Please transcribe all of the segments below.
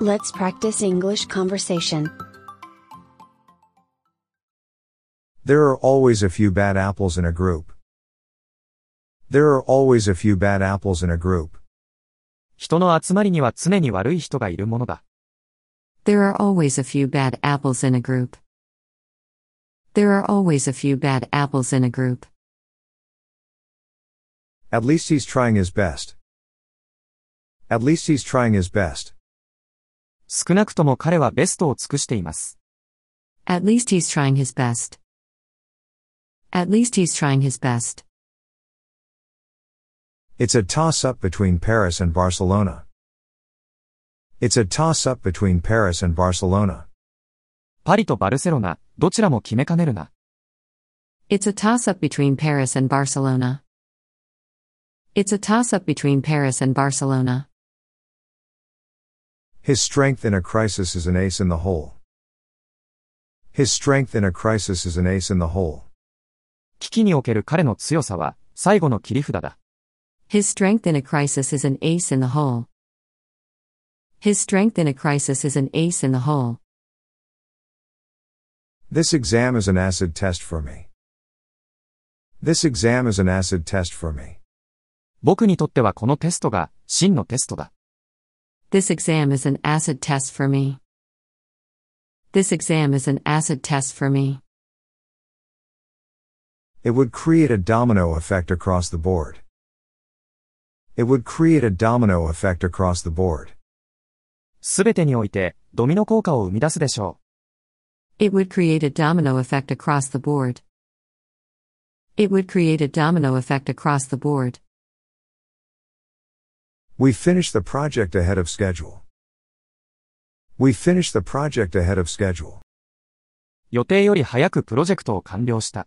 Let's practice English conversation. There are always a few bad apples in a group. There are always a few bad apples in a group. 人の集まりには常に悪い人がいるものだ。 There are always a few bad apples in a group. There are always a few bad apples in a group. At least he's trying his best. At least he's trying his best. 少なくとも彼はベストを尽くしています。 At least he's trying his best. At least he's trying his best. It's a toss up between Paris and Barcelona. It's a toss up between Paris and Barcelona. パリとバルセロナ、どちらも決めかねるな。 It's a toss up between Paris and Barcelona. It's a toss up between Paris and Barcelona. His strength in a crisis is an ace in the hole. His strength in a crisis is an ace in the hole. 危機における彼の強さは、最後の切り札だ。 His strength in a crisis is an ace in the hole. His strength in a crisis is an ace in the hole. This exam is an acid test for me. This exam is an acid test for me. 僕にとってはこのテストが、真のテストだ。 This exam is an acid test for me. This exam is an acid test for me. It would create a domino effect across the board. It would create a domino effect across the board. すべてにおいて、ドミノ効果を生み出すでしょ It would create a domino effect across the board. It would create a domino effect across the board. We finished the project ahead of schedule. We finished the project ahead of schedule. う。予定より早くプロジェクトを完了した。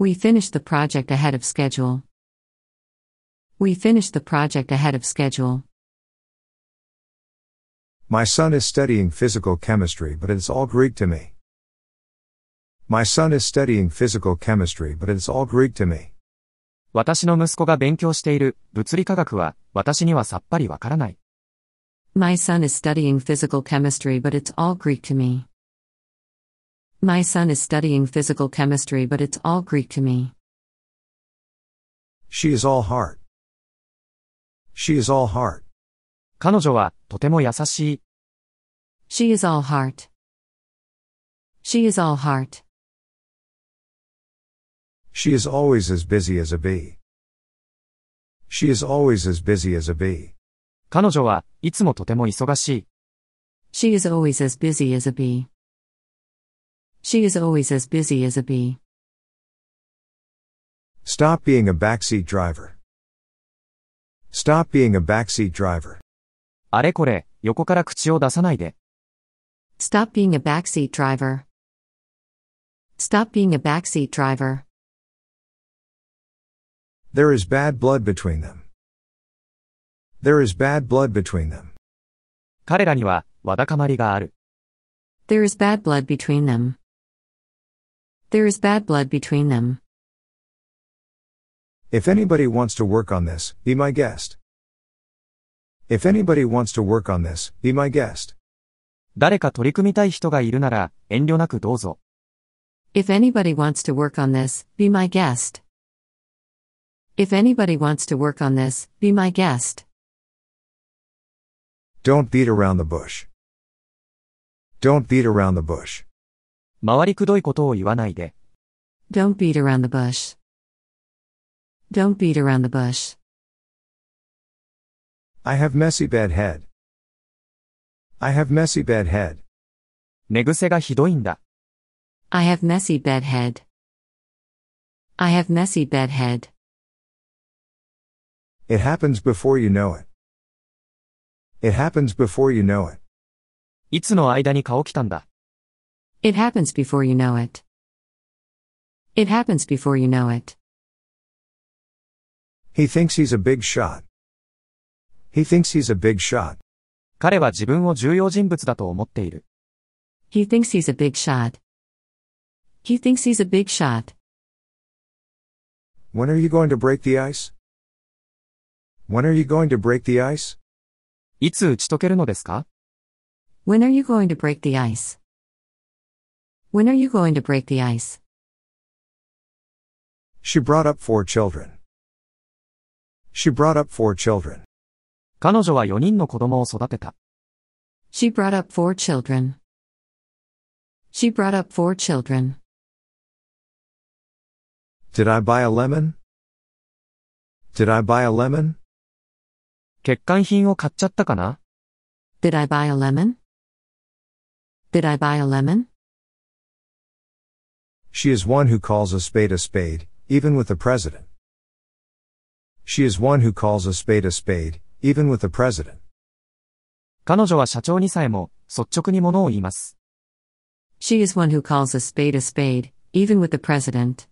We finished the project ahead of schedule. We finished the project ahead of schedule. My son is studying physical chemistry, but it's all Greek to me. My son is studying physical chemistry, but it's all Greek to me. 私の息子が勉強している、物理科学は、私にはさっぱりわからない。 My son is studying physical chemistry, but it's all Greek to me. My son is studying physical chemistry, but it's all Greek to me. She is all heart. She is all heart. 彼女は、とても優しい。 She is all heart. She is all heart. She is always as busy as a bee. She is always as busy as a bee. 彼女はいつもとても忙しい。 She is always as busy as a bee. She is always as busy as a bee. Stop being a backseat driver. Stop being a backseat driver. あれこれ、横から口を出さないで。 Stop being a backseat driver. Stop being a backseat driver. There is bad blood between them. There is bad blood between them. 彼らには、わだかまりがある。 There is bad blood between them. There is bad blood between them. If anybody wants to work on this, be my guest. If anybody wants to work on this, be my guest. 誰か取り組みたい人がいるなら、遠慮なくどうぞ。 If anybody wants to work on this, be my guest. If anybody wants to work on this, be my guest. Don't beat around the bush. Don't beat around the bush. 回りくどいことを言わないで。 Don't beat around the bush. Don't beat around the bush. I have messy bad head. I have messy bad head. 寝癖がひどいんだ。 I have messy bedhead. I have messy bedhead. It happens before you know it. It happens before you know it. いつの間に顔来たんだ。 It happens before you know it. It happens before you know it. He thinks he's a big shot. He thinks he's a big shot. 彼は自分を重要人物だと思っている。 He thinks he's a big shot. He thinks he's a big shot. When are you going to break the ice? When are you going to break the ice? いつ打ち解けるのですか When are you going to break the ice? When are you going to break the ice? She brought up four children. She brought up four children. 彼女は4人の子供を育てた。 She brought up four children. She brought up four children. Did I buy a lemon? Did I buy a lemon? 欠陥品を買っちゃったかな Did I buy a lemon? Did I buy a lemon? She is one who calls a spade a spade, even with the president. She is one who calls a spade a spade, even with the president. 彼女は社長にさえも、率直に物を言います。 She is one who calls a spade a spade, even with the president.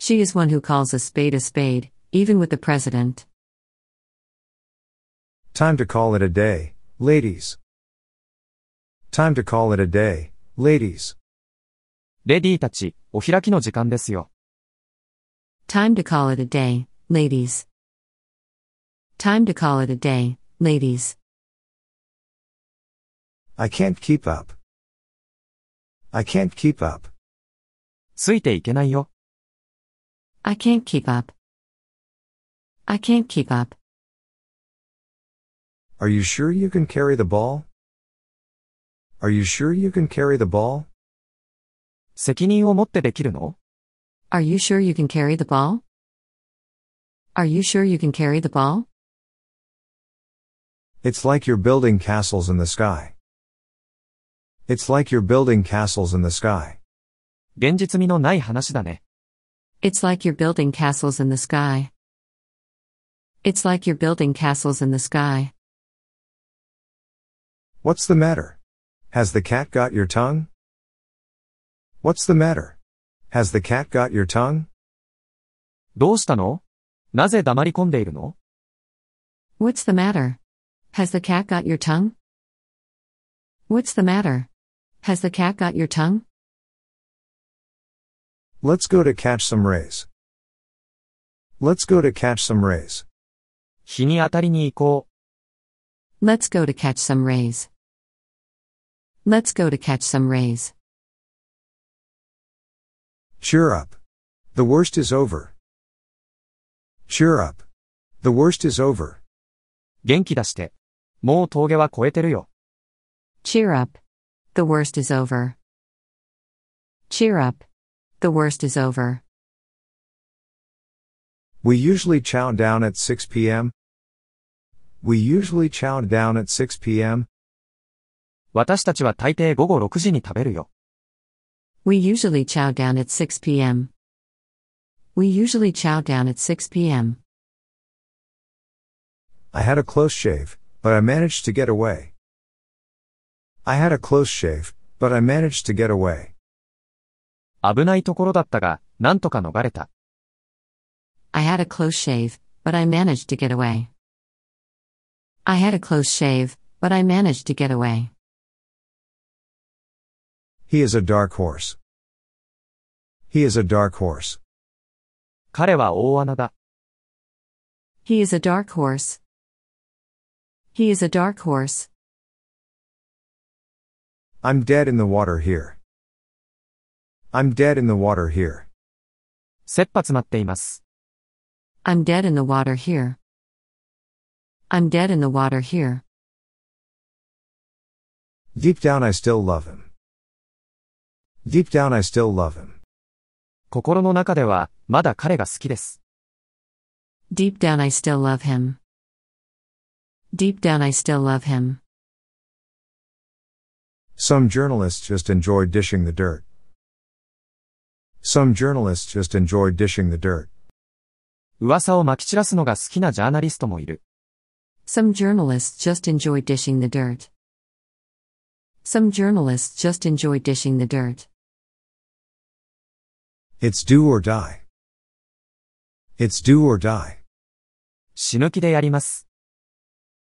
She is one who calls a spade a spade, even with the president. Time to call it a day, ladies. Time to call it a day, ladies. レディーたち、お開きの時間ですよ。 Time to call it a day, ladies. Time to call it a day, ladies. I can't keep up. I can't keep up. ついていけないよ。 I can't keep up. I can't keep up. Are you sure you can carry the ball? Are you sure you can carry the ball? 責任を持ってできるの Are you sure you can carry the ball? Are you sure you can carry the ball? It's like you're building castles in the sky. It's like you're building castles in the sky. 現実味のない話だね。 It's like you're building castles in the sky. It's like you're building castles in the sky. What's the matter? Has the cat got your tongue? What's the matter? Has the cat got your tongue? どうしたのなぜ黙り込んでいるの What's the matter? Has the cat got your tongue? What's the matter? Has the cat got your tongue? Let's go to catch some rays. Let's go to catch some rays. 日に当たりに行こう。 Let's go to catch some rays. Let's go to catch some rays. Cheer up. The worst is over. Cheer up. The worst is over. 元気出して。もう峠は越えてるよ。 Cheer up. The worst is over. Cheer up. The worst is over. We usually chow down at 6 p.m. We usually chow down at 6 p.m. 私たちは大抵午後6時に食べるよ。 We usually chow down at 6 p.m. We usually chow down at 6 p.m. I had a close shave, but I managed to get away. I had a close shave, but I managed to get away. 危ないところだったが、なんとか逃れた。 I had a close shave, but I managed to get away. I had a close shave, but I managed to get away. He is a dark horse. He is a dark horse. 彼は大穴だ。 He is a dark horse. He is a dark horse. I'm dead in the water here. I'm dead in the water here. 切羽詰まっています。 I'm dead in the water here. I'm dead in the water here. Deep down I still love him. Deep down I still love him. 心の中では、まだ彼が好きです。 Deep down I still love him. Deep down I still love him. Some journalists just enjoy dishing the dirt. Some journalists just enjoy dishing the dirt. 噂を撒き散らすのが好きなジャーナリストもいる。 Some journalists just enjoy dishing the dirt. Some journalists just enjoy dishing the dirt. It's do or die. It's do or die. 死ぬ気でやります。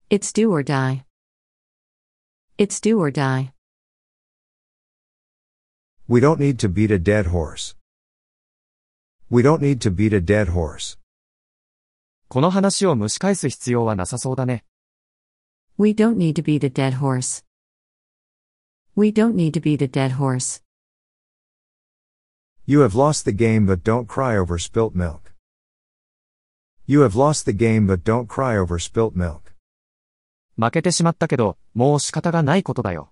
It's do or die. It's do or die. We don't need to beat a dead horse. We don't need to beat a dead horse. この話を蒸し返す必要はなさそうだね。 We don't need to beat a dead horse. We don't need to beat a dead horse. You have lost the game but don't cry over spilt milk. You have lost the game but don't cry over spilt milk. 負けてしまったけど、もう仕方がないことだよ。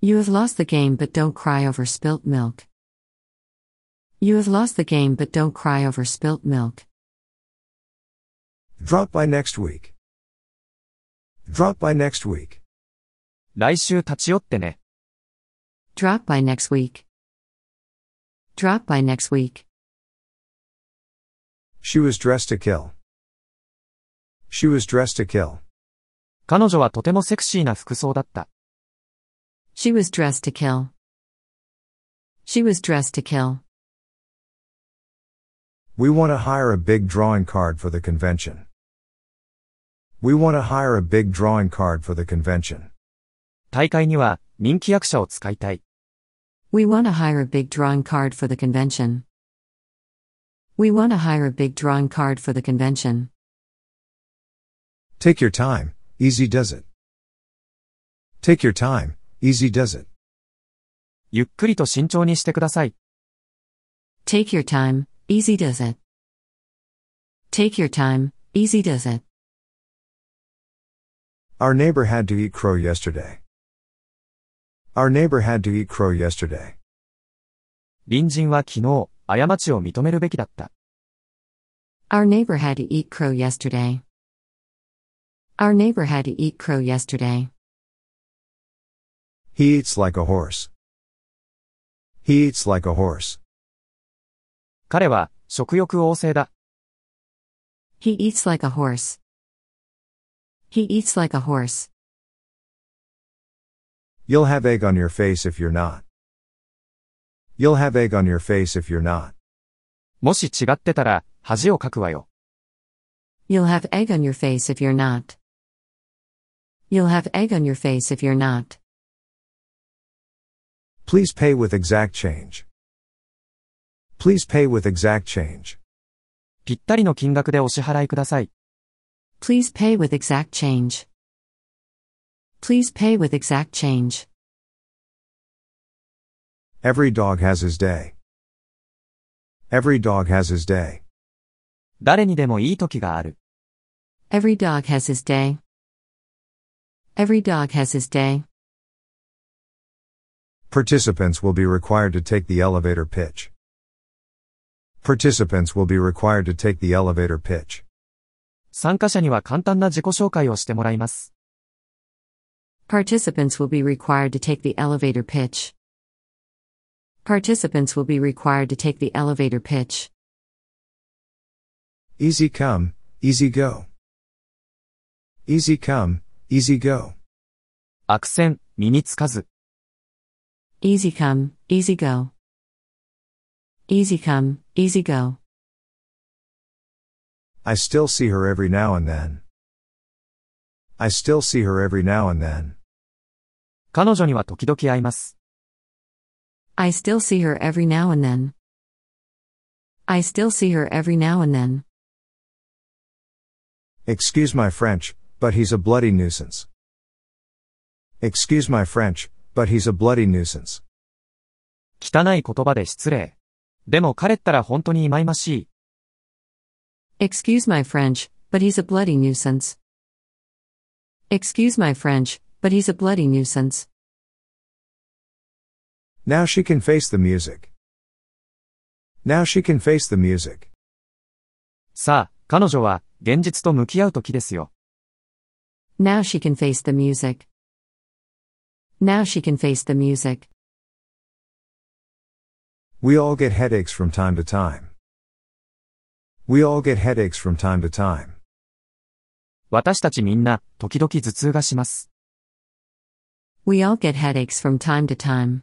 You have lost the game but don't cry over spilt milk. You have lost the game but don't cry over spilt milk. Drop by next week. Drop by next week. 来週立ち寄ってね。 Drop by next week. Drop by next week. She was dressed to kill. She was dressed to kill. 彼女はとてもセクシーな服装だった。 She was dressed to kill. She was dressed to kill. We want to hire a big drawing card for the convention. We want to hire a big drawing card for the convention. 大会には人気役者を使いたい。 We want to hire a big drawing card for the convention. We want to hire a big drawing card for the convention. Take your time, easy does it. Take your time, easy does it. ゆっくりと慎重にしてください。 Take your time, easy does it. Take your time, easy does it. Our neighbor had to eat crow yesterday. Our neighbor had to eat crow yesterday. 隣人は昨日、過ちを認めるべきだった。 Our neighbor had to eat crow yesterday. Our neighbor had to eat crow yesterday. He eats like a horse. He eats like a horse. 彼は食欲旺盛だ。 He eats like a horse. He eats like a horse. You'll have egg on your face if you're not. You'll have egg on your face if you're not. もし違ってたら恥をかくわよ。 You'll have egg on your face if you're not. You'll have egg on your face if you're not. Please pay with exact change. Please pay with exact change. ぴったりの金額でお支払いください。 Please pay with exact change. Please pay with exact change. Every dog has his day. Every dog has his day. 誰にでもいい時がある。 Every dog has his day. Every dog has his day. Participants will be required to take the elevator pitch. Participants will be required to take the elevator pitch. 参加者には簡単な自己紹介をしてもらいます。 Participants will be required to take the elevator pitch. Participants will be required to take the elevator pitch. Easy come, easy go. Easy come, easy go. 悪戦、身につかず。 Easy come, easy go. Easy come, easy go. I still see her every now and then. I still see her every now and then. 彼女には時々会います。 I still see her every now and then. I still see her every now and then. Excuse my French, but he's a bloody nuisance. Excuse my French, but he's a bloody nuisance. 汚い言葉で失礼。でも彼ったら本当に忌々しい。 Excuse my French, but he's a bloody nuisance. Excuse my French, but he's a bloody nuisance. Now she can face the music. Now she can face the music. さあ、彼女は現実と向き合う時ですよ。 Now she can face the music. Now she can face the music. We all get headaches from time to time. We all get headaches from time to time. 私たちみんな、時々頭痛がします。 We all get headaches from time to time.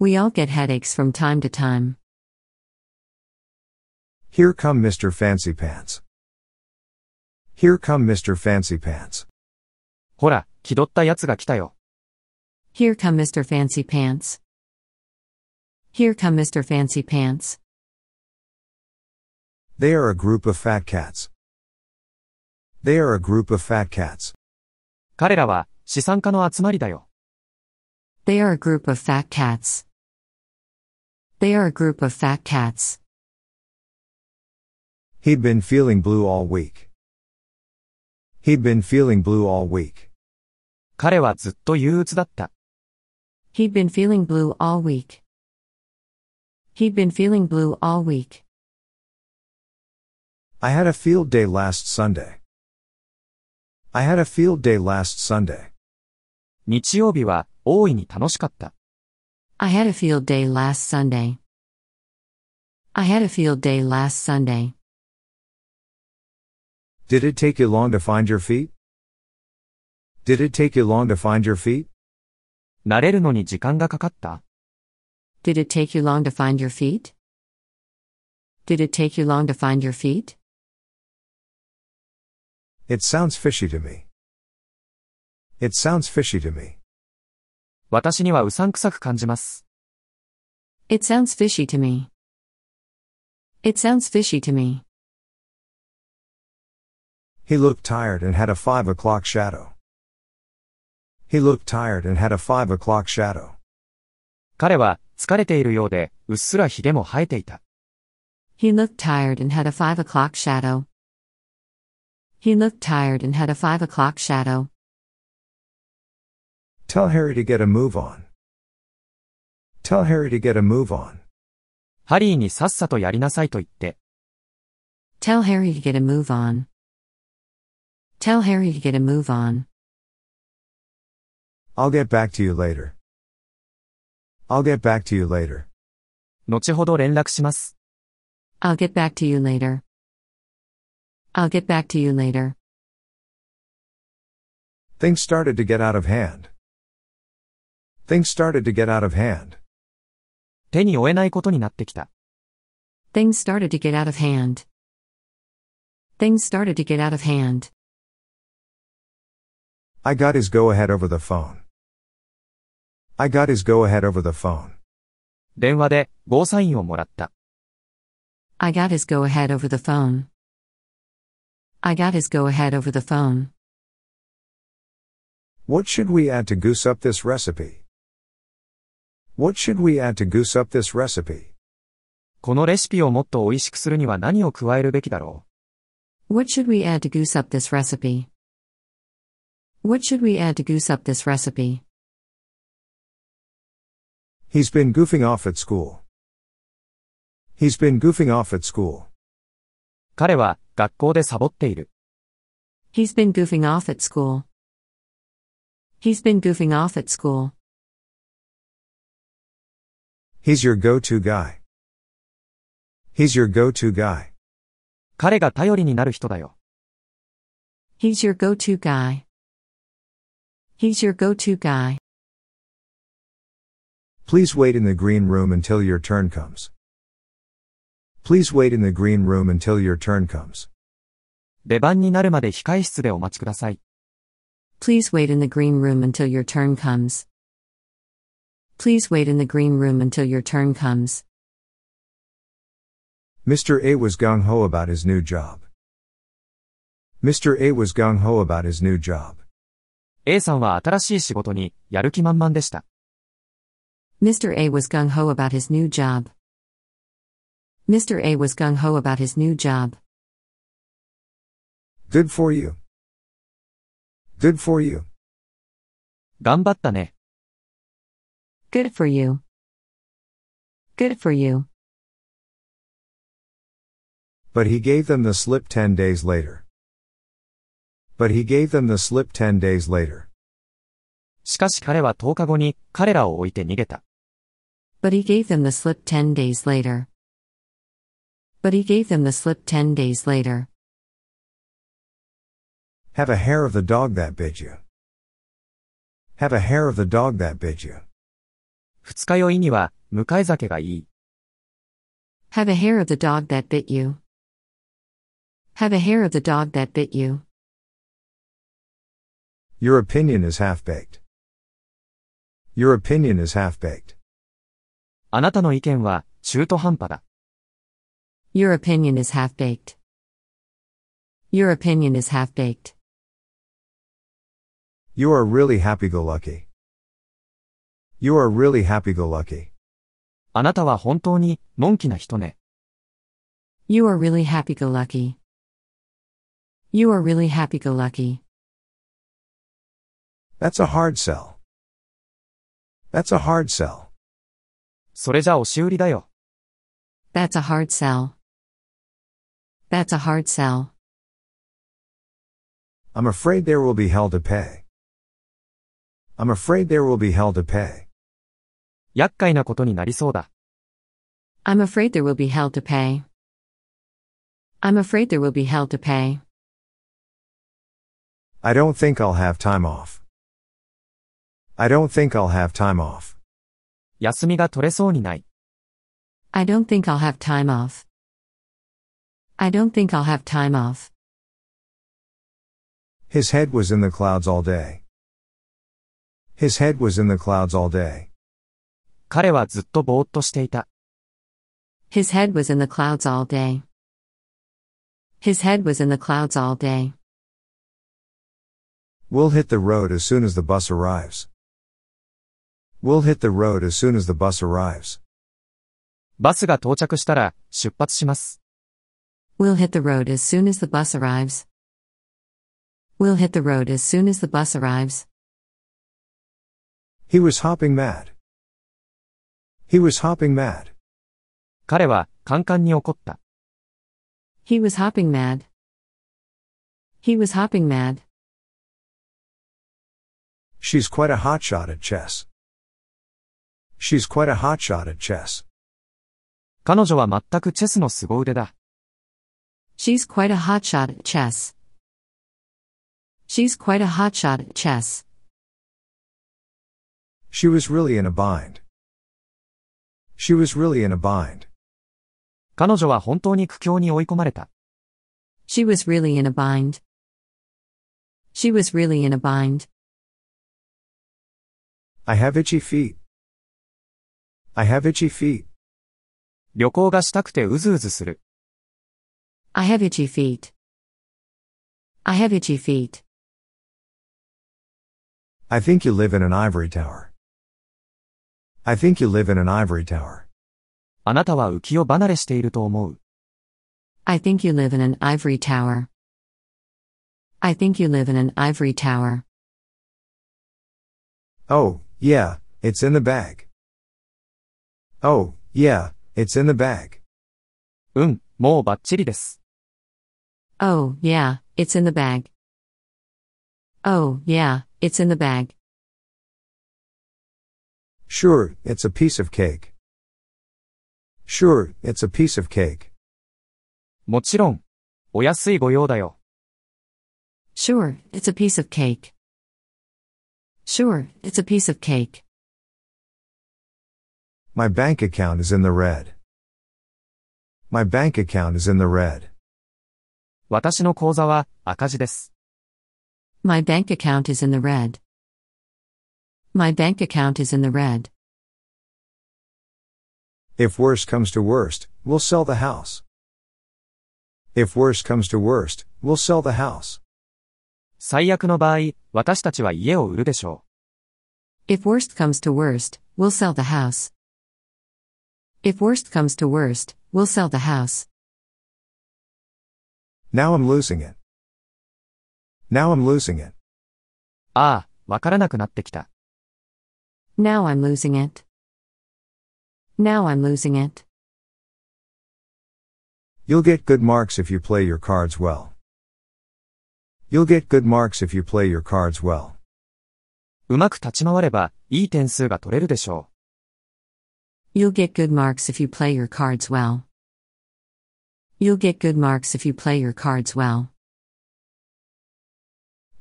We all get headaches from time to time. Here come Mr. Fancy Pants. Here come Mr. Fancy Pants. ほら、気取った奴が来たよ。 Here come Mr. Fancy Pants. Here come Mr. Fancy Pants. They are a group of fat cats. They are a group of fat cats. 彼らは資産家の集まりだよ。 They are a group of fat cats. They are a group of fat cats. He'd been feeling blue all week. He'd been feeling blue all week. 彼はずっと憂鬱だった。 He'd been feeling blue all week. He'd been feeling blue all week. I had a field day last Sunday. I had a field day last Sunday. 日曜日は大いに楽しかった。 I had a field day last Sunday. I had a field day last Sunday. Did it take you long to find your feet? Did it take you long to find your feet? 慣れるのに時間がかかった。 Did it take you long to find your feet? Did it take you long to find your feet? It sounds fishy to me. It sounds fishy to me. 私にはうさんくさく感じます。 It sounds fishy to me. It sounds fishy to me. He looked tired and had a five o'clock shadow. He looked tired and had a five o'clock shadow. 彼は疲れているようで、うっすらヒゲも生えていた。 He looked tired and had a five o'clock shadow. He looked tired and had a five o'clock shadow. Tell Harry to get a move on. Tell Harry to get a move on. ハリーにさっさとやりなさいと言って、 Tell Harry to get a move on. Tell Harry to get a move on. I'll get back to you later. I'll get back to you later. 後ほど連絡します。 I'll get back to you later. I'll get back to you later. Things started to get out of hand. Things started to get out of hand. 手に負えないことになってきた。 Things started to get out of hand. Things started to get out of hand. I got his go ahead over the phone. I got his go ahead over the phone. 電話でゴーサインをもらった。 I got his go ahead over the phone. I got his go ahead over the phone. What should we add to goose up this recipe? What should we add to goose up this recipe? このレシピをもっと美味しくするには何を加えるべきだろ What should we add to goose up this recipe? What should we add to goose up this recipe? He's been goofing off at school. He's been goofing off at school. う。彼は学校でサボっている。 He's been goofing off at school. He's been goofing off at school. He's your go-to guy. He's your go-to guy. 彼が頼りになる人だよ。 He's your go to guy. He's your go to guy. Please wait in the green room until your turn comes. Please wait in the green room until your turn comes. 出番になるまで控え室でお待ちください。 Please wait in the green room until your turn comes. Please wait in the green room until your turn comes. Mr. A was gung ho about his new job. Mr. A was gung ho about his new job. A さんは新しい仕事にやる気満々でした。 Mr. A was gung ho about his new job. Mr. A was gung ho about his new job. Good for you. Good for you. 頑張ったね。 Good for you. Good for you. But he gave them the slip 10 days later. But he gave them the slip 10 days later. しかし彼は10日後に彼らを置いて逃げた。 But he gave them the slip 10 days later. But he gave them the slip 10 days later. Have a hair of the dog that bit you. Have a hair of the dog that bit you. 二日酔いには迎え酒がいい。 Have a hair of the dog that bit you. Have a hair of the dog that bit you. Your opinion is half baked. Your opinion is half baked. あなたの意見は中途半端だ。 Your opinion is half baked. Your opinion is half baked. You are really happy go lucky. You are really happy go lucky. あなたは本当に、のんきな人ね。 You are really happy go lucky. You are really happy go lucky. That's a hard sell. That's a hard sell. それじゃ押し売りだよ。 That's a hard sell. That's a hard sell. I'm afraid there will be hell to pay. I'm afraid there will be hell to pay. 厄介なことになりそうだ。 I'm afraid there will be hell to pay. I'm afraid there will be hell to pay. I don't think I'll have time off. I don't think I'll have time off. 休みが取れそうにない。 I don't think I'll have time off. I don't think I'll have time off. His head was in the clouds all day. His head was in the clouds all day. 彼はずっとぼーっとしていた。 His head was in the clouds all day. His head was in the clouds all day. We'll hit the road as soon as the bus arrives. We'll hit the road as soon as the bus arrives. バスが到着したら、出発します。 We'll hit the road as soon as the bus arrives. We'll hit the road as soon as the bus arrives. He was hopping mad. He was hopping mad. 彼は、カンカンに怒った。 He was hopping mad. He was hopping mad. She's quite a hotshot at chess. She's quite a hotshot at chess. 彼女は全くチェスの凄腕だ。 She's quite a hotshot at chess. She's quite a hotshot at chess. She was really in a bind. She was really in a bind. 彼女は本当に苦境に追い込まれた。 She was really in a bind. She was really in a bind. I have itchy feet. I have itchy feet. 旅行がしたくてうずうずする。 I have itchy feet. I have itchy feet. I think you live in an ivory tower. I think you live in an ivory tower. あなたは浮世離れしていると思う。 I think you live in an ivory tower. I think you live in an ivory tower. Oh, yeah, it's in the bag. Oh, yeah, it's in the bag. うん、もうバッチリです。 Oh, yeah, it's in the bag. Oh, yeah, it's in the bag. Sure, it's a piece of cake. Sure, it's a piece of cake. もちろん。お安いご用だよ。 Sure, it's a piece of cake. Sure, it's a piece of cake. My bank account is in the red. My bank account is in the red. 私の口座は赤字です。 My bank account is in the red. My bank account is in the red. If worse comes to worst, we'll sell the house. If worse comes to worst, we'll sell the house. 最悪の場合、私たちは家を売るでしょ If worst comes to worst, we'll sell the house. If worst comes to worst, we'll sell the house. Now I'm losing it. Now I'm losing it. う。ああ、わからなくなってきた。 Now I'm losing it. Now I'm losing it. You'll get good marks if you play your cards well. You'll get good marks if you play your cards well. うまく立ち回れば、いい点数が取れるでしょ You'll get good marks if you play your cards well. You'll get good marks if you play your cards well.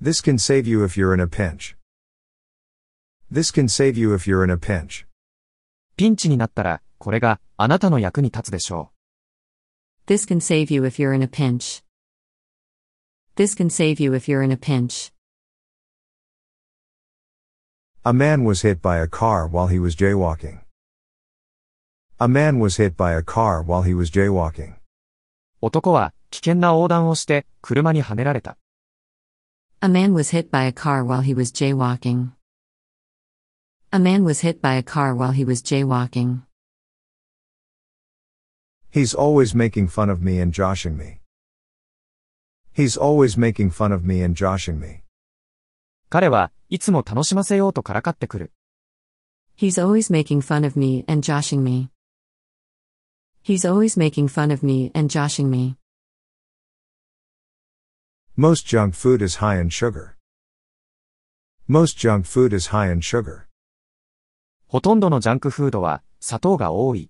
This can save you if you're in a pinch. This can save you if you're in a pinch. う。ピンチになったら、これがあなたの役に立つでしょ This can save you if you're in a pinch. This can save you if you're in a pinch. A man was hit by a car while he was jaywalking. A man was hit by a car while he was jaywalking. う。男は、危険な横断をして、車にはねられた。 A man was hit by a car while he was jaywalking. A man was hit by a car while he was jaywalking. He's always making fun of me and joshing me. He's always making fun of me and joshing me. 彼はいつも楽しませようとからかってくる。 He's always making fun of me and joshing me. He's always making fun of me and joshing me. Most junk food is high in sugar. Most junk food is high in sugar. ほとんどのジャンクフードは砂糖が多い。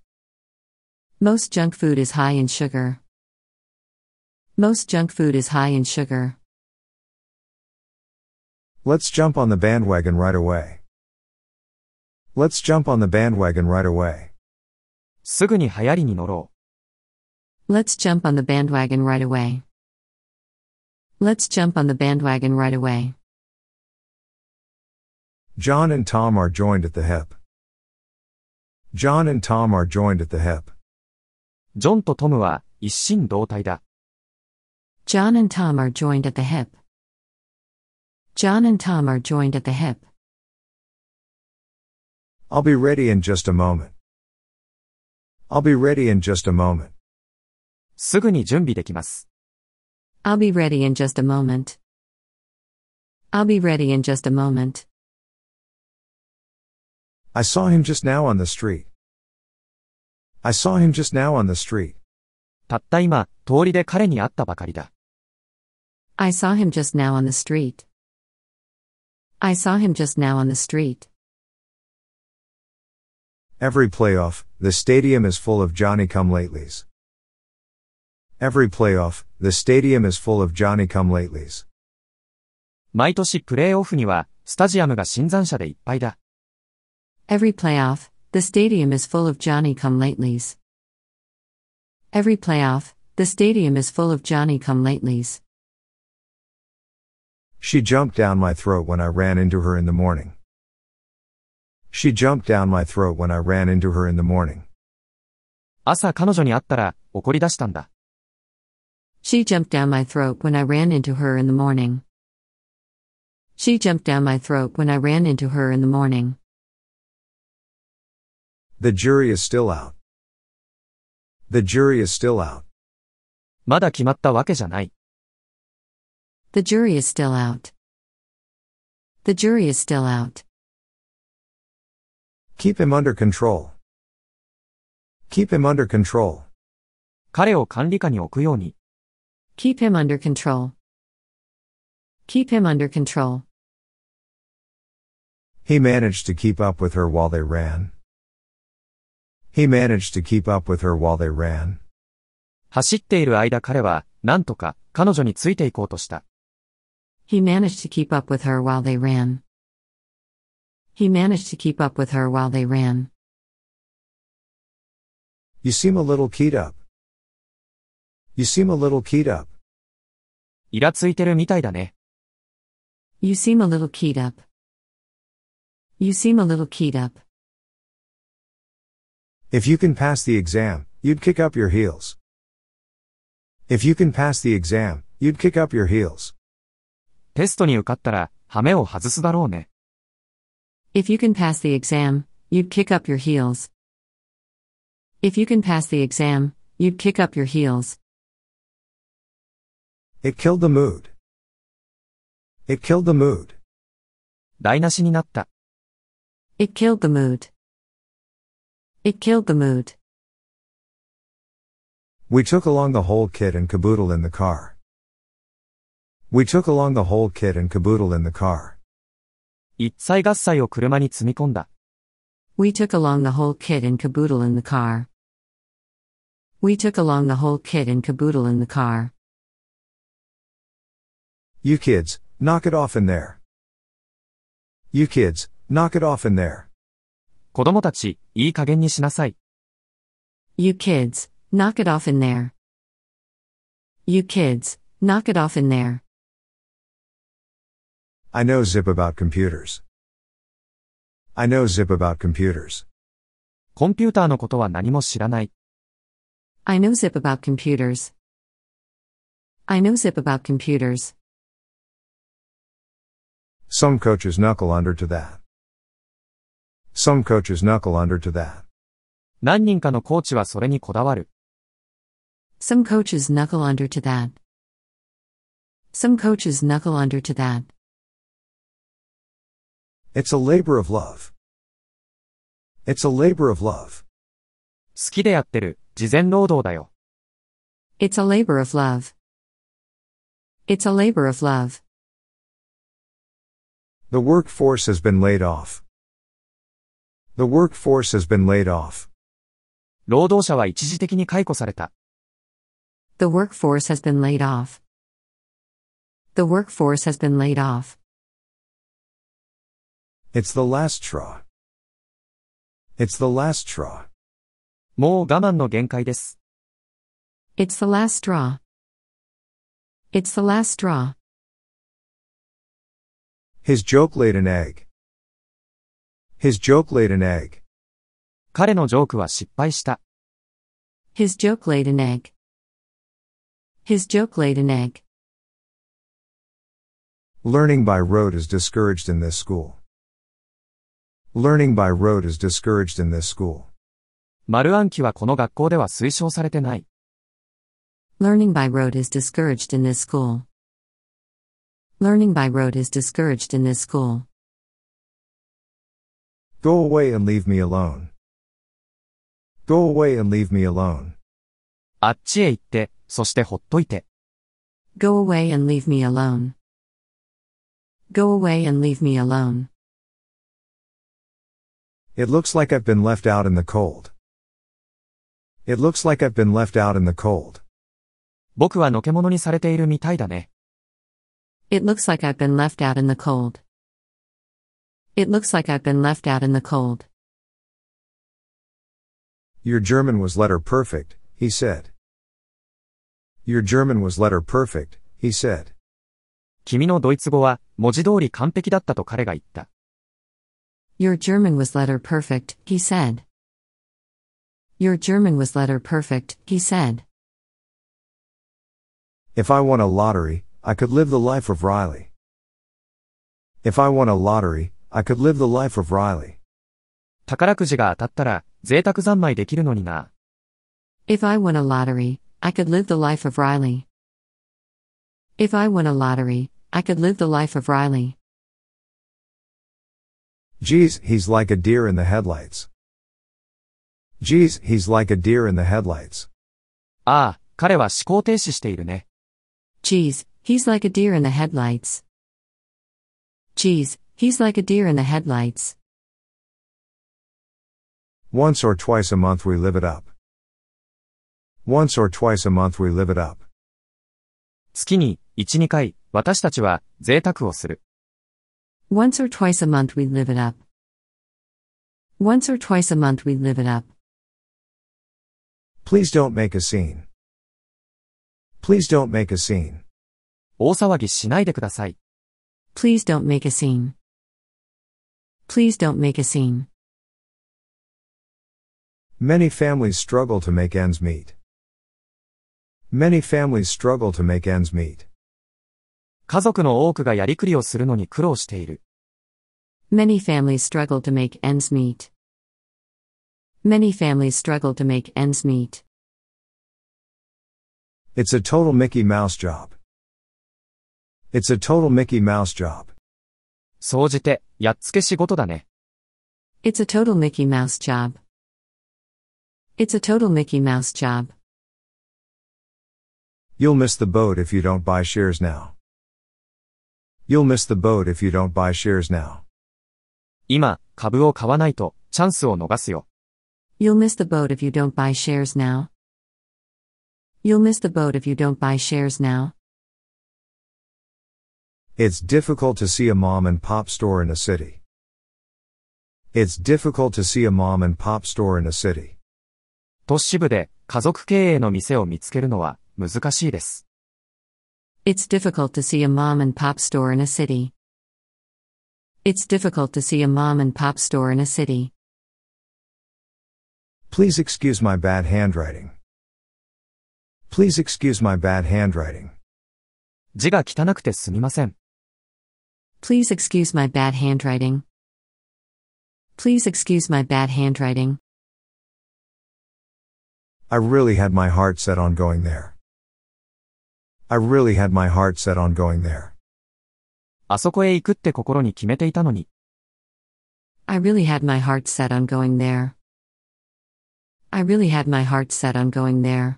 Most junk food is high in sugar. Most junk food is high in sugar. Let's jump on the bandwagon right away. Let's jump on the bandwagon right away. すぐに流行りに乗ろ Let's jump on the bandwagon right away. Let's jump on the bandwagon right away. John and Tom are joined at the hip. John and Tom are joined at the hip. う。ジョンとトムは一心同体だ。 John and Tom are joined at the hip. John and Tom are joined at the hip. I'll be ready in just a moment. I'll be ready in just a moment. すぐに準備できます。 I'll be ready in just a moment. I'll be ready in just a moment. I saw him just now on the street. I saw him just now on the street. たった今、通りで彼に会ったばかりだ。 I saw him just now on the street. I saw him just now on the street. Every playoff, the stadium is full of Johnny come latelys. Every playoff, the stadium is full of Johnny come latelys. 毎年プレーオフには、スタジアムが新参者でいっぱいだ。 Every playoff, the stadium is full of Johnny come latelys. Every playoff, the stadium is full of Johnny come latelys. She jumped down my throat when I ran into her in the morning. She jumped down my throat when I ran into her in the morning. 朝彼女に会ったら、怒り出したんだ。 She jumped down my throat when I ran into her in the morning. She jumped down my throat when I ran into her in the morning. The jury is still out. The jury is still out. まだ決まったわけじゃない。 The jury is still out. The jury is still out. Keep him under control. Keep him under control. 彼を管理下に置くように。 Keep him under control. Keep him under control. He managed to keep up with her while they ran. He managed to keep up with her while they ran. 走っている間彼は、なんとか、彼女についていこうとした。 He managed to keep up with her while they ran. He managed to keep up with her while they ran. You seem a little keyed up. You seem a little keyed up. イラついてるみたいだね。 You seem a little keyed up. You seem a little keyed up. If you can pass the exam, you'd kick up your heels. If you can pass the exam, you'd kick up your heels. テストに受かったら、ハメを外すだろうね。 If you can pass the exam, you'd kick up your heels. If you can pass the exam, you'd kick up your heels. It killed the mood. It killed the mood. 台無しになった。 It killed the mood. It killed the mood. We took along the whole kit and caboodle in the car. We took along the whole kit and caboodle in the car. 一切合切を車に積み込んだ。 We took along the whole kit and caboodle in the car. We took along the whole kit and caboodle in the car. You kids, knock it off in there. You kids, knock it off in there. 子供たち、いい加減にしなさい。 You kids, knock it off in there. You kids, knock it off in there. I know zip about computers. I know zip about computers. コンピューターのことは何も知らない。 I know zip about computers. I know zip about computers. Some coaches knuckle under to that. Some coaches knuckle under to that. 何人かのコーチはそれにこだわる。 Some coaches knuckle under to that. Some coaches knuckle under to that. It's a labor of love. It's a labor of love. 好きでやってる、事前労働だよ。 It's a labor of love. It's a labor of love. The workforce has been laid off. The workforce has been laid off. 労働者は一時的に解雇された。 The workforce has been laid off. The workforce has been laid off. It's the last straw. It's the last straw. もう我慢の限界です。 It's the last straw. It's the last straw. His joke laid an egg. His joke laid an egg. 彼のジョークは失敗した。 His joke laid an egg. His joke laid an egg. Learning by road is discouraged in this school. Learning by road is discouraged in this school. 丸暗記はこの学校では推奨されてない。 Learning by road is discouraged in this school. Learning by road is discouraged in this school. Go away and leave me alone. Go away and leave me alone. あっちへ行って、そしてほっといて。 Go away and leave me alone. Go away and leave me alone. It looks like I've been left out in the cold. It looks like I've been left out in the cold. 僕はのけ者にされているみたいだね。 It looks like I've been left out in the cold. It looks like I've been left out in the cold. Your German was letter perfect, he said. Your German was letter perfect, he said. 君のドイツ語は、文字通り完璧だったと彼が言った。 Your German was letter perfect, he said. Your German was letter perfect, he said. If I won a lottery, I could live the life of Riley. If I won a lottery, I could live the life of Riley. 宝くじが当たったら、贅沢三昧できるのにな。 If I won a lottery, I could live the life of Riley. If I won a lottery, I could live the life of Riley. Geez, he's like a deer in the headlights. Geez, he's like a deer in the headlights. ああ、彼は思考停止しているね。 Geez, he's like a deer in the headlights. Geez, he's like a deer in the headlights. Once or twice a month we live it up. Once or twice a month we live it up. 月に、1、2回、私たちは、贅沢をする。 Once or twice a month we live it up. Once or twice a month we live it up. Please don't make a scene. Please don't make a scene. 大騒ぎしないでください。 Please don't make a scene. Please don't make a scene. Many families struggle to make ends meet. Many families struggle to make ends meet. 家族の多くがやりくりをするのに苦労している。 Many families struggle to make ends meet. Many families struggle to make ends meet. It's a total Mickey Mouse job. It's a total Mickey Mouse job. 総じて、やっつけ仕事だね。 It's a total Mickey Mouse job. It's a total Mickey Mouse job. You'll miss the boat if you don't buy shares now. You'll miss the boat if you don't buy shares now. 今、株を買わないと、チャンスを逃すよ。 You'll miss the boat if you don't buy shares now. You'll miss the boat if you don't buy shares now. It's difficult to see a mom and pop store in a city. It's difficult to see a mom and pop store in a city. 都市部で、家族経営の店を見つけるのは、難しいです。 It's difficult to see a mom and pop store in a city. It's difficult to see a mom and pop store in a city. Please excuse my bad handwriting. Please excuse my bad handwriting. 字が汚くてすみません。 Please excuse my bad handwriting. Please excuse my bad handwriting. I really had my heart set on going there. I really had my heart set on going there. あそこへ行くって心に決めていたのに。 I really had my heart set on going there. I really had my heart set on going there.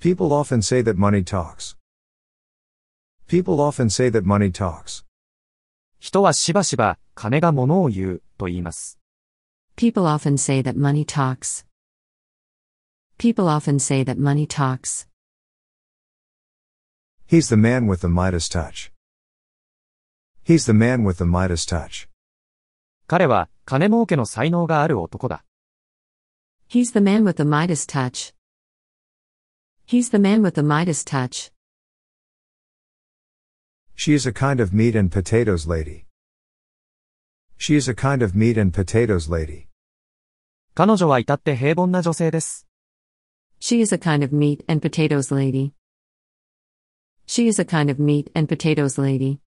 People often say that money talks. People often say that money talks. 人はしばしば、金が物を言う、と言います。 People often say that money talks. People often say that money talks. He's the man with the Midas touch. He's the man with the Midas touch. 彼は、金儲けの才能がある男だ。 He's the man with the Midas touch. He's the man with the Midas touch. She is a kind of meat and potatoes lady. She is a kind of meat and potatoes lady. 彼女は至って平凡な女性です。 She is a kind of meat and potatoes lady. She is a kind of meat and potatoes lady.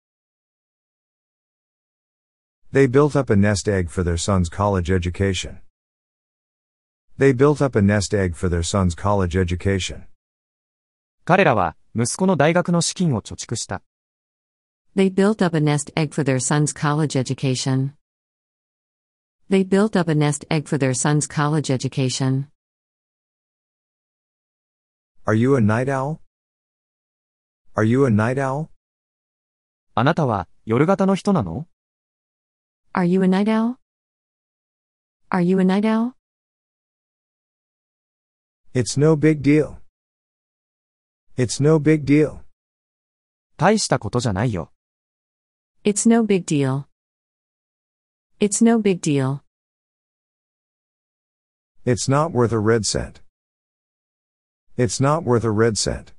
They built up a nest egg for their son's college education. They built up a nest egg for their son's college education. 彼らは、息子の大学の資金を貯蓄した。 They built up a nest egg for their son's college education. They built up a nest egg for their son's college education. Are you a night owl? Are you a night owl? あなたは、夜型の人なの Are you a night owl? Are you a night owl? It's no big deal. It's no big deal. 大したことじゃないよ。 It's no big deal. It's no big deal. It's not worth a red cent. It's not worth a red cent.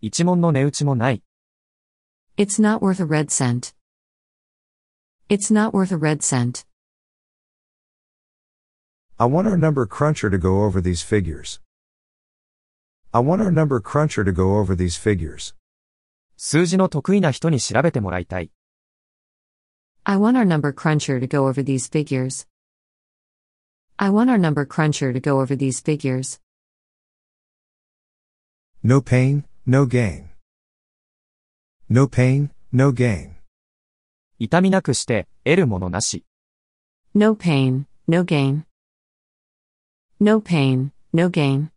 一問の値打ちもない。 It's not worth a red cent. It's not worth a red cent. I want our number cruncher to go over these figures. I want our number cruncher to go over these figures. 数字の得意な人に調べてもらいたい。 I want our number cruncher to go over these figures. I want our number cruncher to go over these figures. No pain, no gain. No pain, no gain. 痛みなくして、得るものなし。 No pain, no gain. No pain, no gain.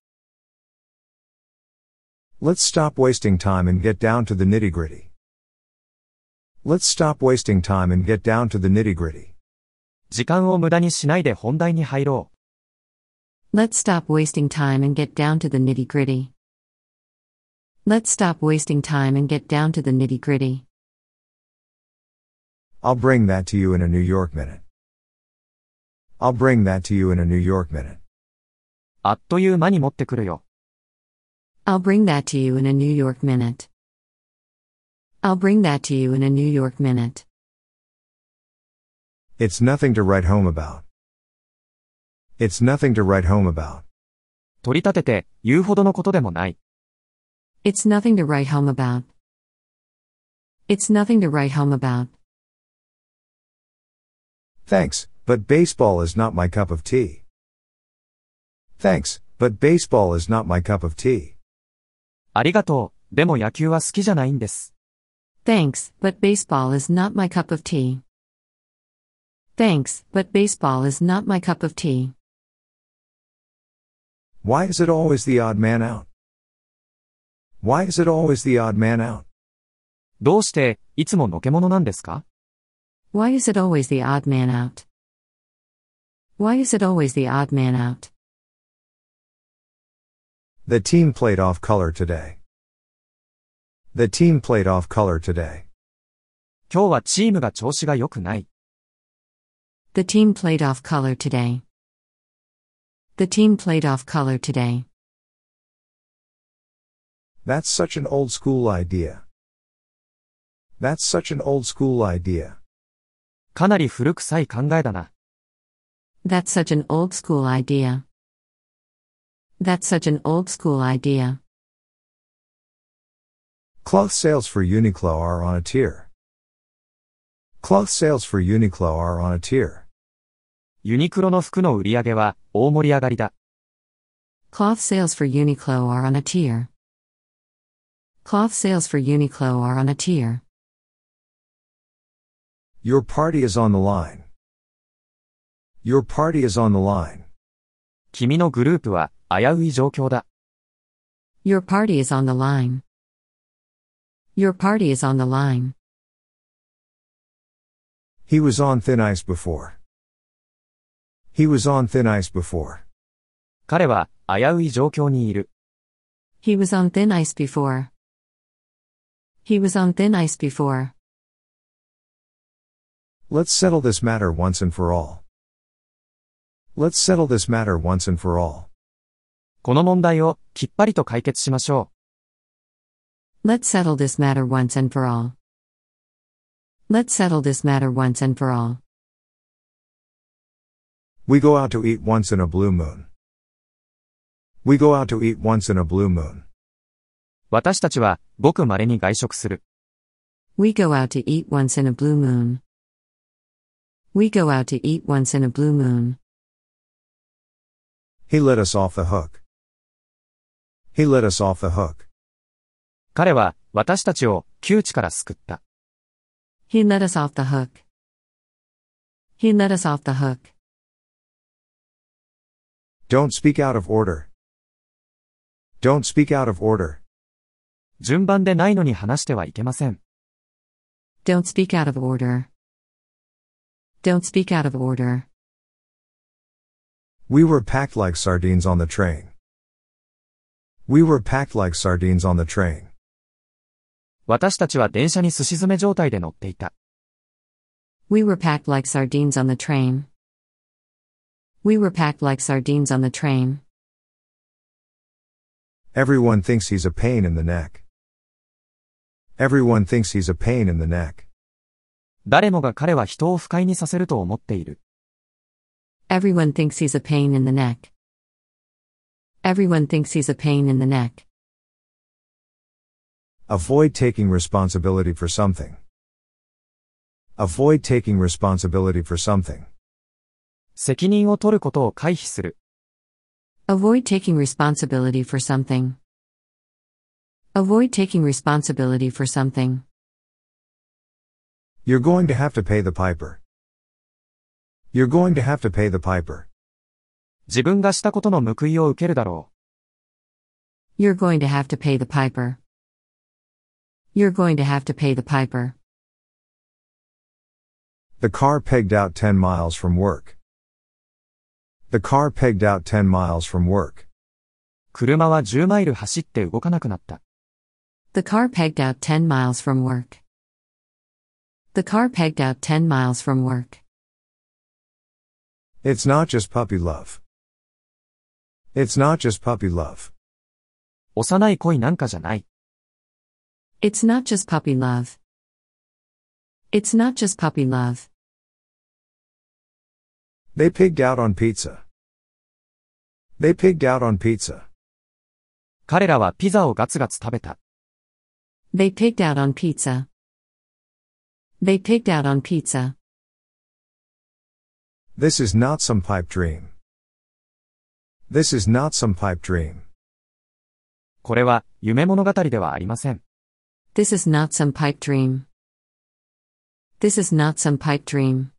Let's stop wasting time and get down to the nitty gritty. Let's stop wasting time and get down to the nitty gritty. 時間を無駄にしないで本題に入ろう。 Let's stop wasting time and get down to the nitty gritty. Let's stop wasting time and get down to the nitty gritty. I'll bring that to you in a New York minute. I'll bring that to you in a New York minute. あっという間に持ってくるよ。 I'll bring that to you in a New York minute. I'll bring that to you in a New York minute. It's nothing to write home about. It's nothing to write home about. 取り立てて、言うほどのことでもない。 It's nothing to write home about. It's nothing to write home about. Thanks, but baseball is not my cup of tea. Thanks, but baseball is not my cup of tea. ありがとう。でも野球は好きじゃないんです。 Thanks, but baseball is not my cup of tea. Thanks, but baseball is not my cup of tea. Why is it always the odd man out? Why is it always the odd man out? どうして、いつものけものなんですか Why is it always the odd man out? Why is it always the odd man out? The team played off color today. The team played off color today. 今日はチームが調子が良くない。 The team played off color today. The team played off color today. That's such an old school idea. That's such an old school idea. かなり古臭い考えだな。 That's such an old school idea. That's such an old school idea. Cloth sales for Uniqlo are on a tier. Cloth sales for Uniqlo are on a tier. ユニクロの服の売り上げは大盛り上がりだ。 Cloth sales for Uniqlo are on a tier. Cloth sales for Uniqlo are on a tier. Your party is on the line. Your party is on the line. 君のグループは危うい状況だ。 Your party is on the line. Your party is on the line. He was on thin ice before. He was on thin ice before. 彼は危うい状況にいる。 He was on thin ice before. He was on thin ice before. Let's settle this matter once and for all. Let's settle this matter once and for all. この問題をきっぱりと解決しましょ Let's settle this matter once and for all. Let's settle this matter once and for all. We go out to eat once in a blue moon. We go out to eat once in a blue moon. う。私たちはごく稀に外食する。 We go out to eat once in a blue moon. We go out to eat once in a blue moon. He let us off the hook. He let us off the hook. 彼は私たちを窮地から救った。 He let us off the hook. He let us off the hook. Don't speak out of order. Don't speak out of order. 順番でないのに話してはいけません。 Don't speak out of order. Don't speak out of order. We were packed like sardines on the train. We were packed like sardines on the train. 私たちは電車にすし詰め状態で乗っていた。 We were packed like sardines on the train. We were packed like sardines on the train. Everyone thinks he's a pain in the neck. Everyone thinks he's a pain in the neck. 誰もが彼は人を不快にさせると思っている。 Everyone thinks he's a pain in the neck. Everyone thinks he's a pain in the neck. Avoid taking responsibility for something. Avoid taking responsibility for something. 責任を取ることを回避する。 Avoid taking responsibility for something. Avoid taking responsibility for something. You're going to have to pay the piper. You're going to have to pay the piper. 自分がしたことの報いを受けるだろう。 You're going to have to pay the piper. You're going to have to pay the piper. The car pegged out 10 miles from work. The car pegged out 10 miles from work. 車は10マイル走って動かなくなった。 The car pegged out 10 miles from work. The car pegged out 10 miles from work. It's not just puppy love. It's not just puppy love. 幼い恋なんかじゃない。 It's not just puppy love. It's not just puppy love. They pigged out on pizza. They pigged out on pizza. 彼らはピザをガツガツ食べた。 They pigged out on pizza. They pigged out on pizza. This is not some pipe dream. This is not some pipe dream. これは夢物語ではありません。 This is not some pipe dream. This is not some pipe dream.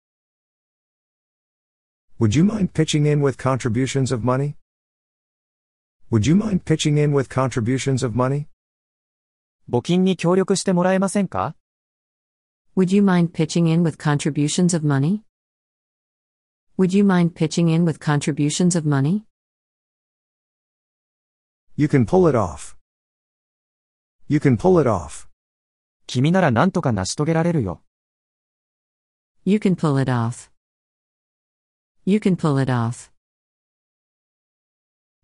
Would you mind pitching in with contributions of money? Would you mind pitching in with contributions of money? 募金に協力してもらえませんか Would you mind pitching in with contributions of money? Would you mind pitching in with contributions of money? You can pull it off. You can pull it off. 君なら何とか成し遂げられるよ。 You can pull it off. You can pull it off.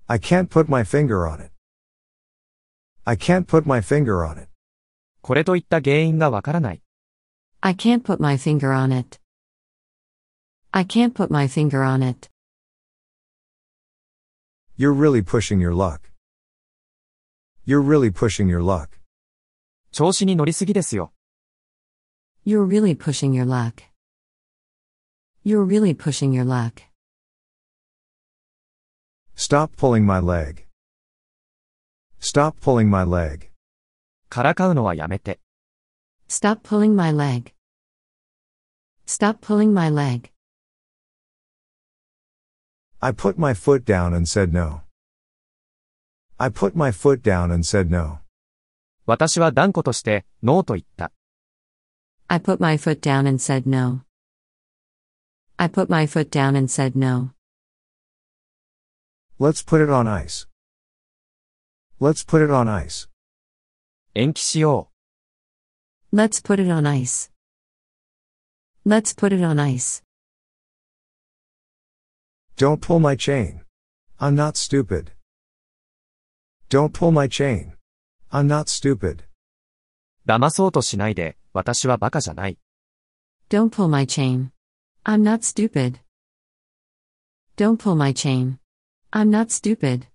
I can't put my finger on it. I can't put my finger on it. これといった原因がわからない。 I can't put my finger on it. I can't put my finger on it. You're really pushing your luck. You're really pushing your luck. 調子に乗りすぎですよ。 You're really pushing your luck. You're really pushing your luck. Stop pulling my leg. Stop pulling my leg. からかうのはやめて。 Stop pulling my leg. Stop pulling my leg. I put my foot down and said no. I put my foot down and said no. 私は断固として、ノーと言った。 I put my foot down and said no. I put my foot down and said no. Let's put it on ice. Let's put it on ice. 延期しよ Let's put it on ice. Let's put it on ice. Don't pull my chain. I'm not stupid. Don't pull my chain. I'm not stupid. う。騙そうとしないで、私はバカじゃない。 Don't pull my chain. I'm not stupid. Don't pull my chain. I'm not stupid.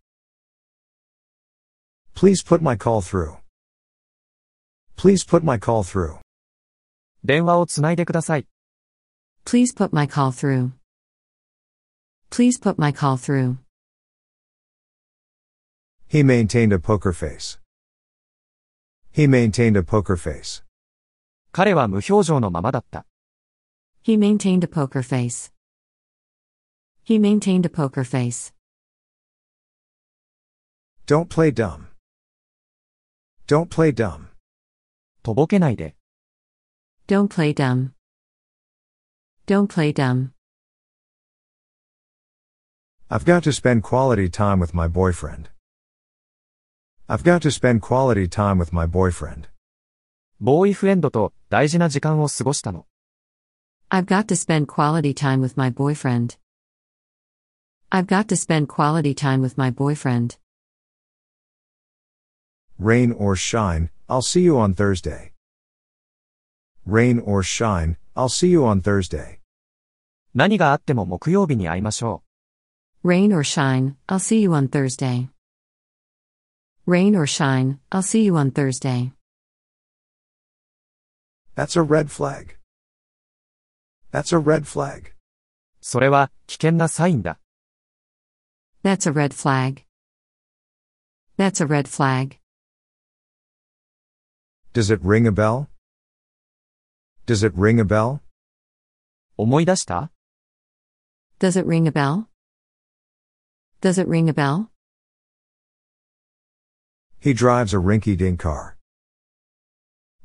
Please put my call through. Please put my call through. 電話をつないでください。 Please put my call through. Please put my call through. He maintained a poker face. He maintained a poker face. 彼は無表情のままだった。 He maintained a poker face. He maintained a poker face. Don't play dumb. Don't play dumb. とぼけないで。 Don't play dumb. Don't play dumb. I've got to spend quality time with my boyfriend. I've got to spend quality time with my boyfriend. ボーイフレンドと大事な時間を過ごしたの。 I've got to spend quality time with my boyfriend. I've got to spend quality time with my boyfriend. Rain or shine, I'll see you on Thursday. Rain or shine, I'll see you on Thursday. 何があっても木曜日に会いましょう。 Rain or shine, I'll see you on Thursday. Rain or shine, I'll see you on Thursday. That's a red flag. That's a red flag. それは危険なサインだ。 That's a red flag. That's a red flag. Does it ring a bell? Does it ring a bell? 思い出した Does it ring a bell? Does it ring a bell? He drives a rinky dink car.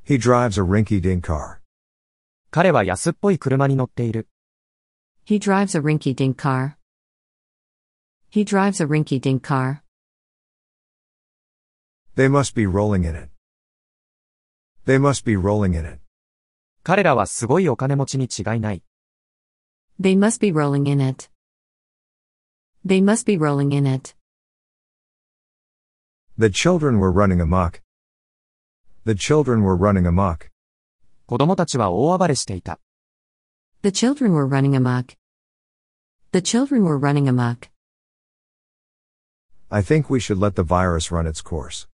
He drives a rinky dink car. 彼は安っぽい車に乗っている。 He drives a rinky dink car. He drives a rinky dink car. They must be rolling in it. They must be rolling in it. 彼らはすごいお金持ちに違いない。 They must be rolling in it. They must be rolling in it. The children were running amok. The children were running amok. 子供たちは大暴れしていた。 The children were running amok. The children were running amok. I think we should let the virus run its course.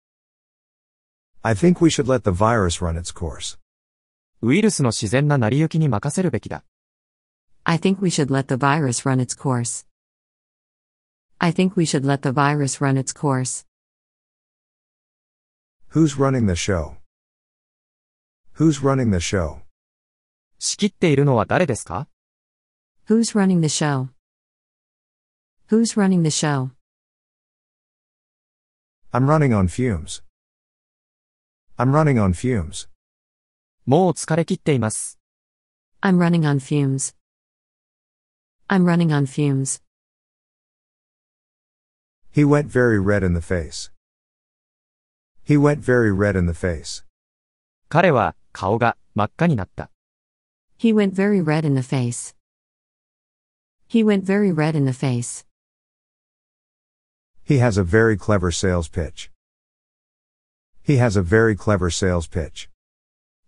I think we should let the virus run its course. ウイルスの自然な成り行きに任せるべきだ。 I think we should let the virus run its course. I think we should let the virus run its course. Who's running the show? Who's running the show? 仕切っているのは誰ですか Who's running the show? Who's running the show? I'm running on fumes. I'm running on fumes. もう疲れ切っています。 I'm running on fumes. I'm running on fumes. He went very red in the face. He went very red in the face. 彼は顔が真っ赤になった。 He went very red in the face. He went very red in the face. He has a very clever sales pitch. He has a very clever sales pitch.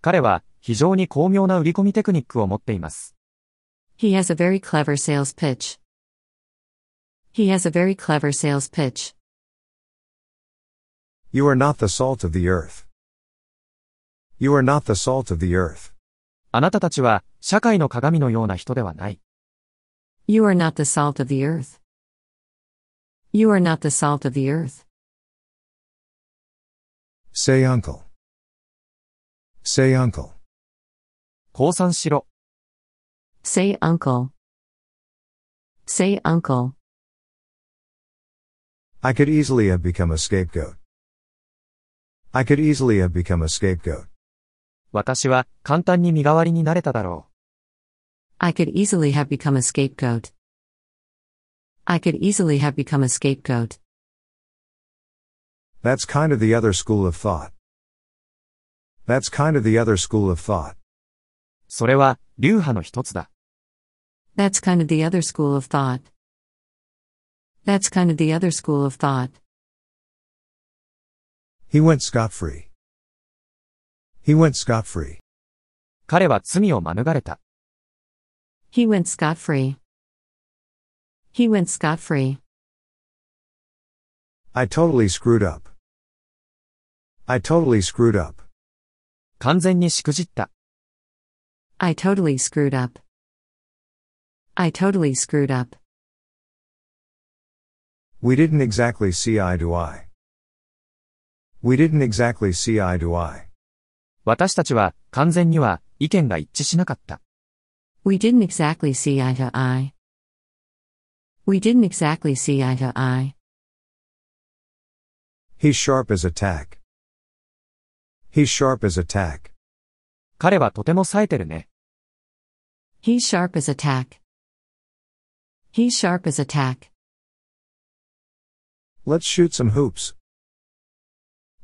彼は非常に巧妙な売り込みテクニックを持っています。 He has a very clever sales pitch. He has a very clever sales pitch. You are not the salt of the earth. You are not the salt of the earth. あなたたちは、社会の鏡のような人ではない。 You are not the salt of the earth. You are not the salt of the earth. Say uncle. Say uncle. 降参しろ。 Say uncle. Say uncle. I could easily have become a scapegoat. I could easily have become a scapegoat. 私は、簡単に身代わりになれただろ I could easily have become a scapegoat. I could easily have become a scapegoat. That's kind of the other school of thought. That's kind of the other school of thought. う。それは、流派の一つだ。 That's kind of the other school of thought. That's kind of the other school of thought. He went scot free. He went scot free. 彼は罪を免れた。 He went scot free. He went scot free. I totally screwed up. I totally screwed up. 完全にしくじった。 I totally screwed up. I totally screwed up. We didn't exactly see eye to eye. We didn't exactly see eye to eye. 私たちは、完全には、意見が一致しなかった。 We didn't exactly see eye to eye. We didn't exactly see eye to eye. He's sharp as a tack. He's sharp as a tack. 彼はとても冴えてるね。 He's sharp as a tack. He's sharp as a tack. Let's shoot some hoops.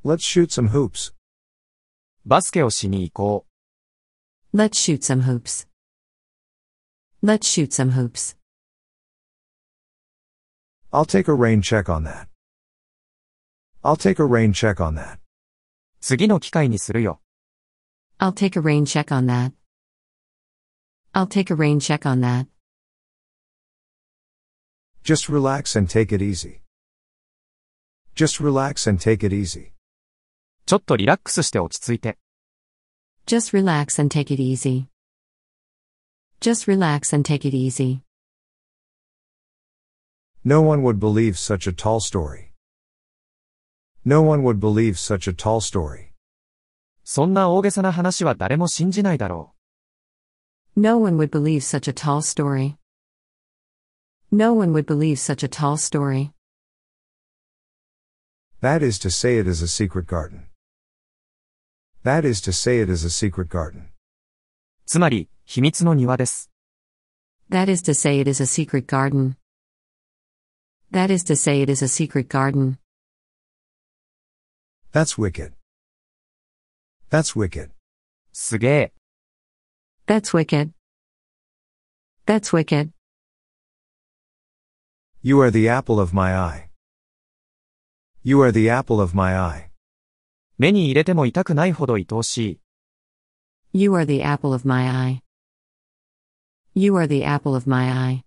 Let's shoot some hoops. バスケをしに行こう。 Let's shoot some hoops. Let's shoot some hoops. I'll take a rain check on that. I'll take a rain check on that. 次の機会にするよ。 I'll take a rain check on that. I'll take a rain check on that. Just relax and take it easy. Just relax and take it easy. ちょっとリラックスして落ち着いて。 Just relax and take it easy. Just relax and take it easy. No one would believe such a tall story. No one would believe such a tall story. そんな大げさな話は誰も信じないだろ No one would believe such a tall story. No one would believe such a tall story. That is to say it is a secret garden. That is to say it is a secret garden. う。つまり、秘密の庭です。 That is to say, it is a secret garden. That is to say, it is a secret garden. That's wicked. That's wicked. すげえ。 That's wicked. That's wicked. You are the apple of my eye. You are the apple of my eye. 目に入れても痛くないほど愛おしい。 You are the apple of my eye. You are the apple of my eye.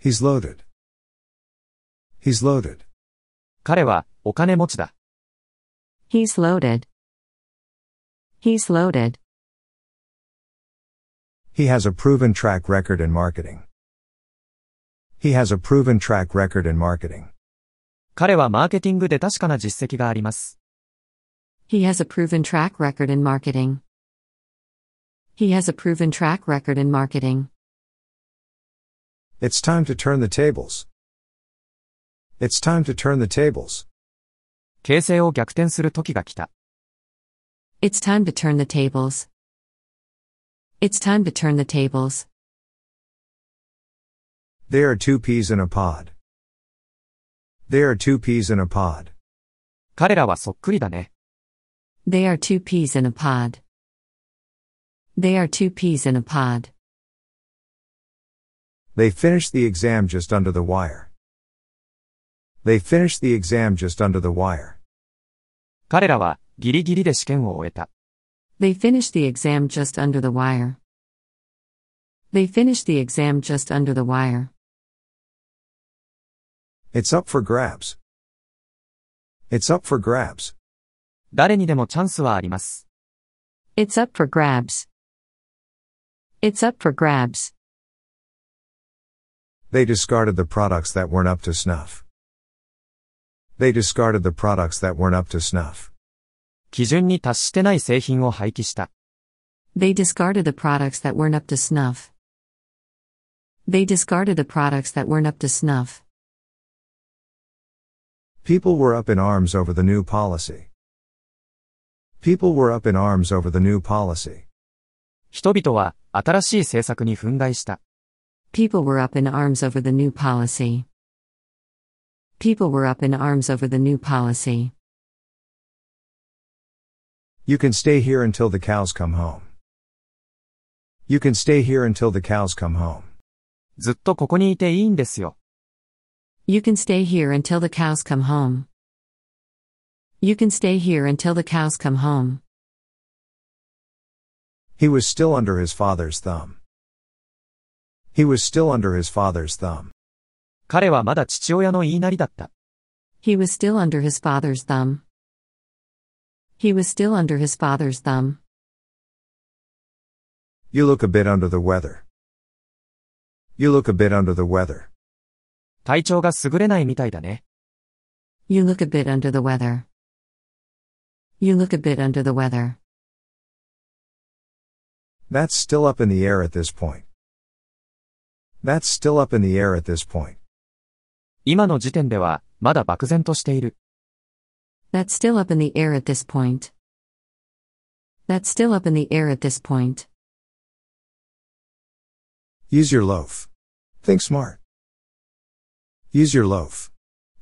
He's loaded. He's loaded. 彼は、お金持ちだ。 He's loaded. He's loaded. He has a proven track record in marketing. He has a proven track record in marketing. 彼はマーケティングで確かな実績があります。 He has a proven track record in marketing. He has a proven track record in marketing. It's time to turn the tables. It's time to turn the tables. 形勢を逆転する時が来た。 It's time to turn the tables. It's time to turn the tables. They are two peas in a pod. They are two peas in a pod. 彼らはそっくりだね。 They are two peas in a pod. They are two peas in a pod. They finished the exam just under the wire. They finished the exam just under the wire. 彼らは、ギリギリで試験を終えた。 They finished the exam just under the wire. They finished the exam just under the wire. It's up for grabs. It's up for grabs. 誰にでもチャンスはあります。 It's up for grabs. It's up for grabs. They discarded the products that weren't up to snuff. They discarded the products that weren't up to snuff. 基準に達してない製品を廃棄した。 They discarded the products that weren't up to snuff. They discarded the products that weren't up to snuff. People were up in arms over the new policy. People were up in arms over the new policy. 人々は新しい政策に憤慨した。 People were up in arms over the new policy. People were up in arms over the new policy. You can stay here until the cows come home. You can stay here until the cows come home. ずっとここにいていいんですよ。 You can stay here until the cows come home. You can stay here until the cows come home. He was still under his father's thumb. He was still under his father's thumb. 彼はまだ父親の言いなりだった。 He was still under his father's thumb. He was still under his father's thumb. You look a bit under the weather. You look a bit under the weather. 体調が優れないみたいだね。 You look a bit under the weather. You look a bit under the weather. That's still up in the air at this point. That's still up in the air at this point. 今の時点では、まだ漠然としている。 That's still up in the air at this point. That's still up in the air at this point. Use your loaf. Think smart. Use your loaf.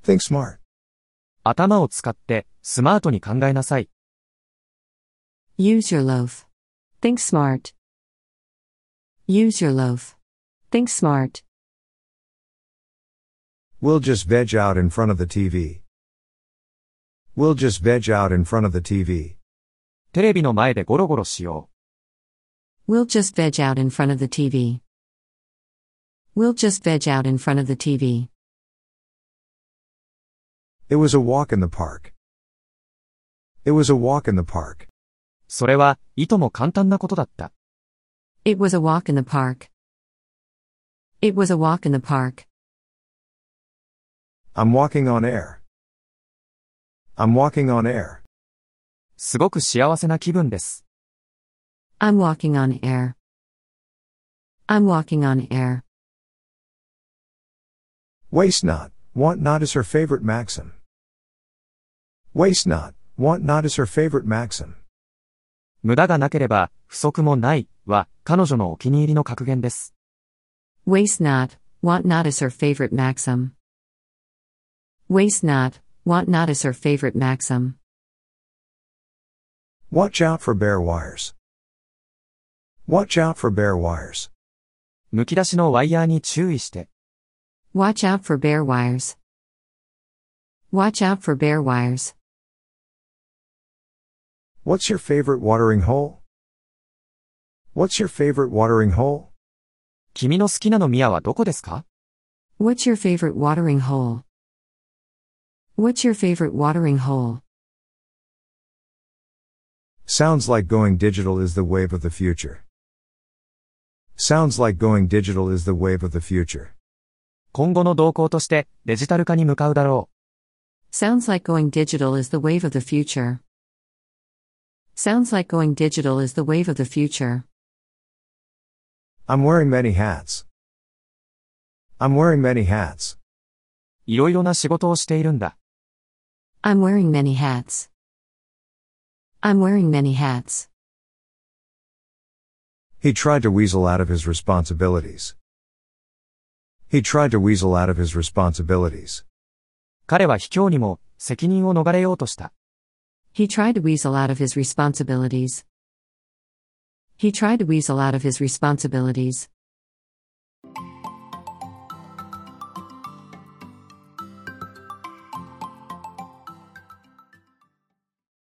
Think smart. 頭を使って、スマートに考えなさい。 Use your loaf. Think smart. Use your loaf. Think smart. We'll just veg out in front of the TV. We'll just veg out in front of the TV. テレビの前でゴロゴロしよ We'll just veg out in front of the TV. We'll just veg out in front of the TV. It was a walk in the park. It was a walk in the park. う。それは、いとも簡単なことだった。 It was a walk in the park. It was a walk in the park. I'm walking on air. I'm walking on air. すごく幸せな気分です。 I'm walking on air. I'm walking on air. Waste not, want not is her favorite maxim. Waste not, want not is her favorite maxim. 無駄がなければ、不足もない、は、彼女のお気に入りの格言です。 Waste not, want not is her favorite maxim. Waste not, want not is her favorite maxim. Watch out for bare wires. Watch out for bare wires. 剥き出しのワイヤーに注意して、 Watch out for bare wires. Watch out for bare wires. What's your favorite watering hole? What's your favorite watering hole? 君の好きなの宮はどこですか What's your favorite watering hole? What's your favorite watering hole? Sounds like going digital is the wave of the future. Sounds like going digital is the wave of the future. 今後の動向として、デジタル化に向かうだろ Sounds like going digital is the wave of the future. Sounds like going digital is the wave of the future. I'm wearing many hats. I'm wearing many hats. う。いろいろな仕事をしているんだ。 I'm wearing many hats. I'm wearing many hats. He tried to weasel out of his responsibilities. He tried to weasel out of his responsibilities. 彼は卑怯にも、責任を逃れようとした。 He tried to weasel out of his responsibilities. He tried to weasel out of his responsibilities.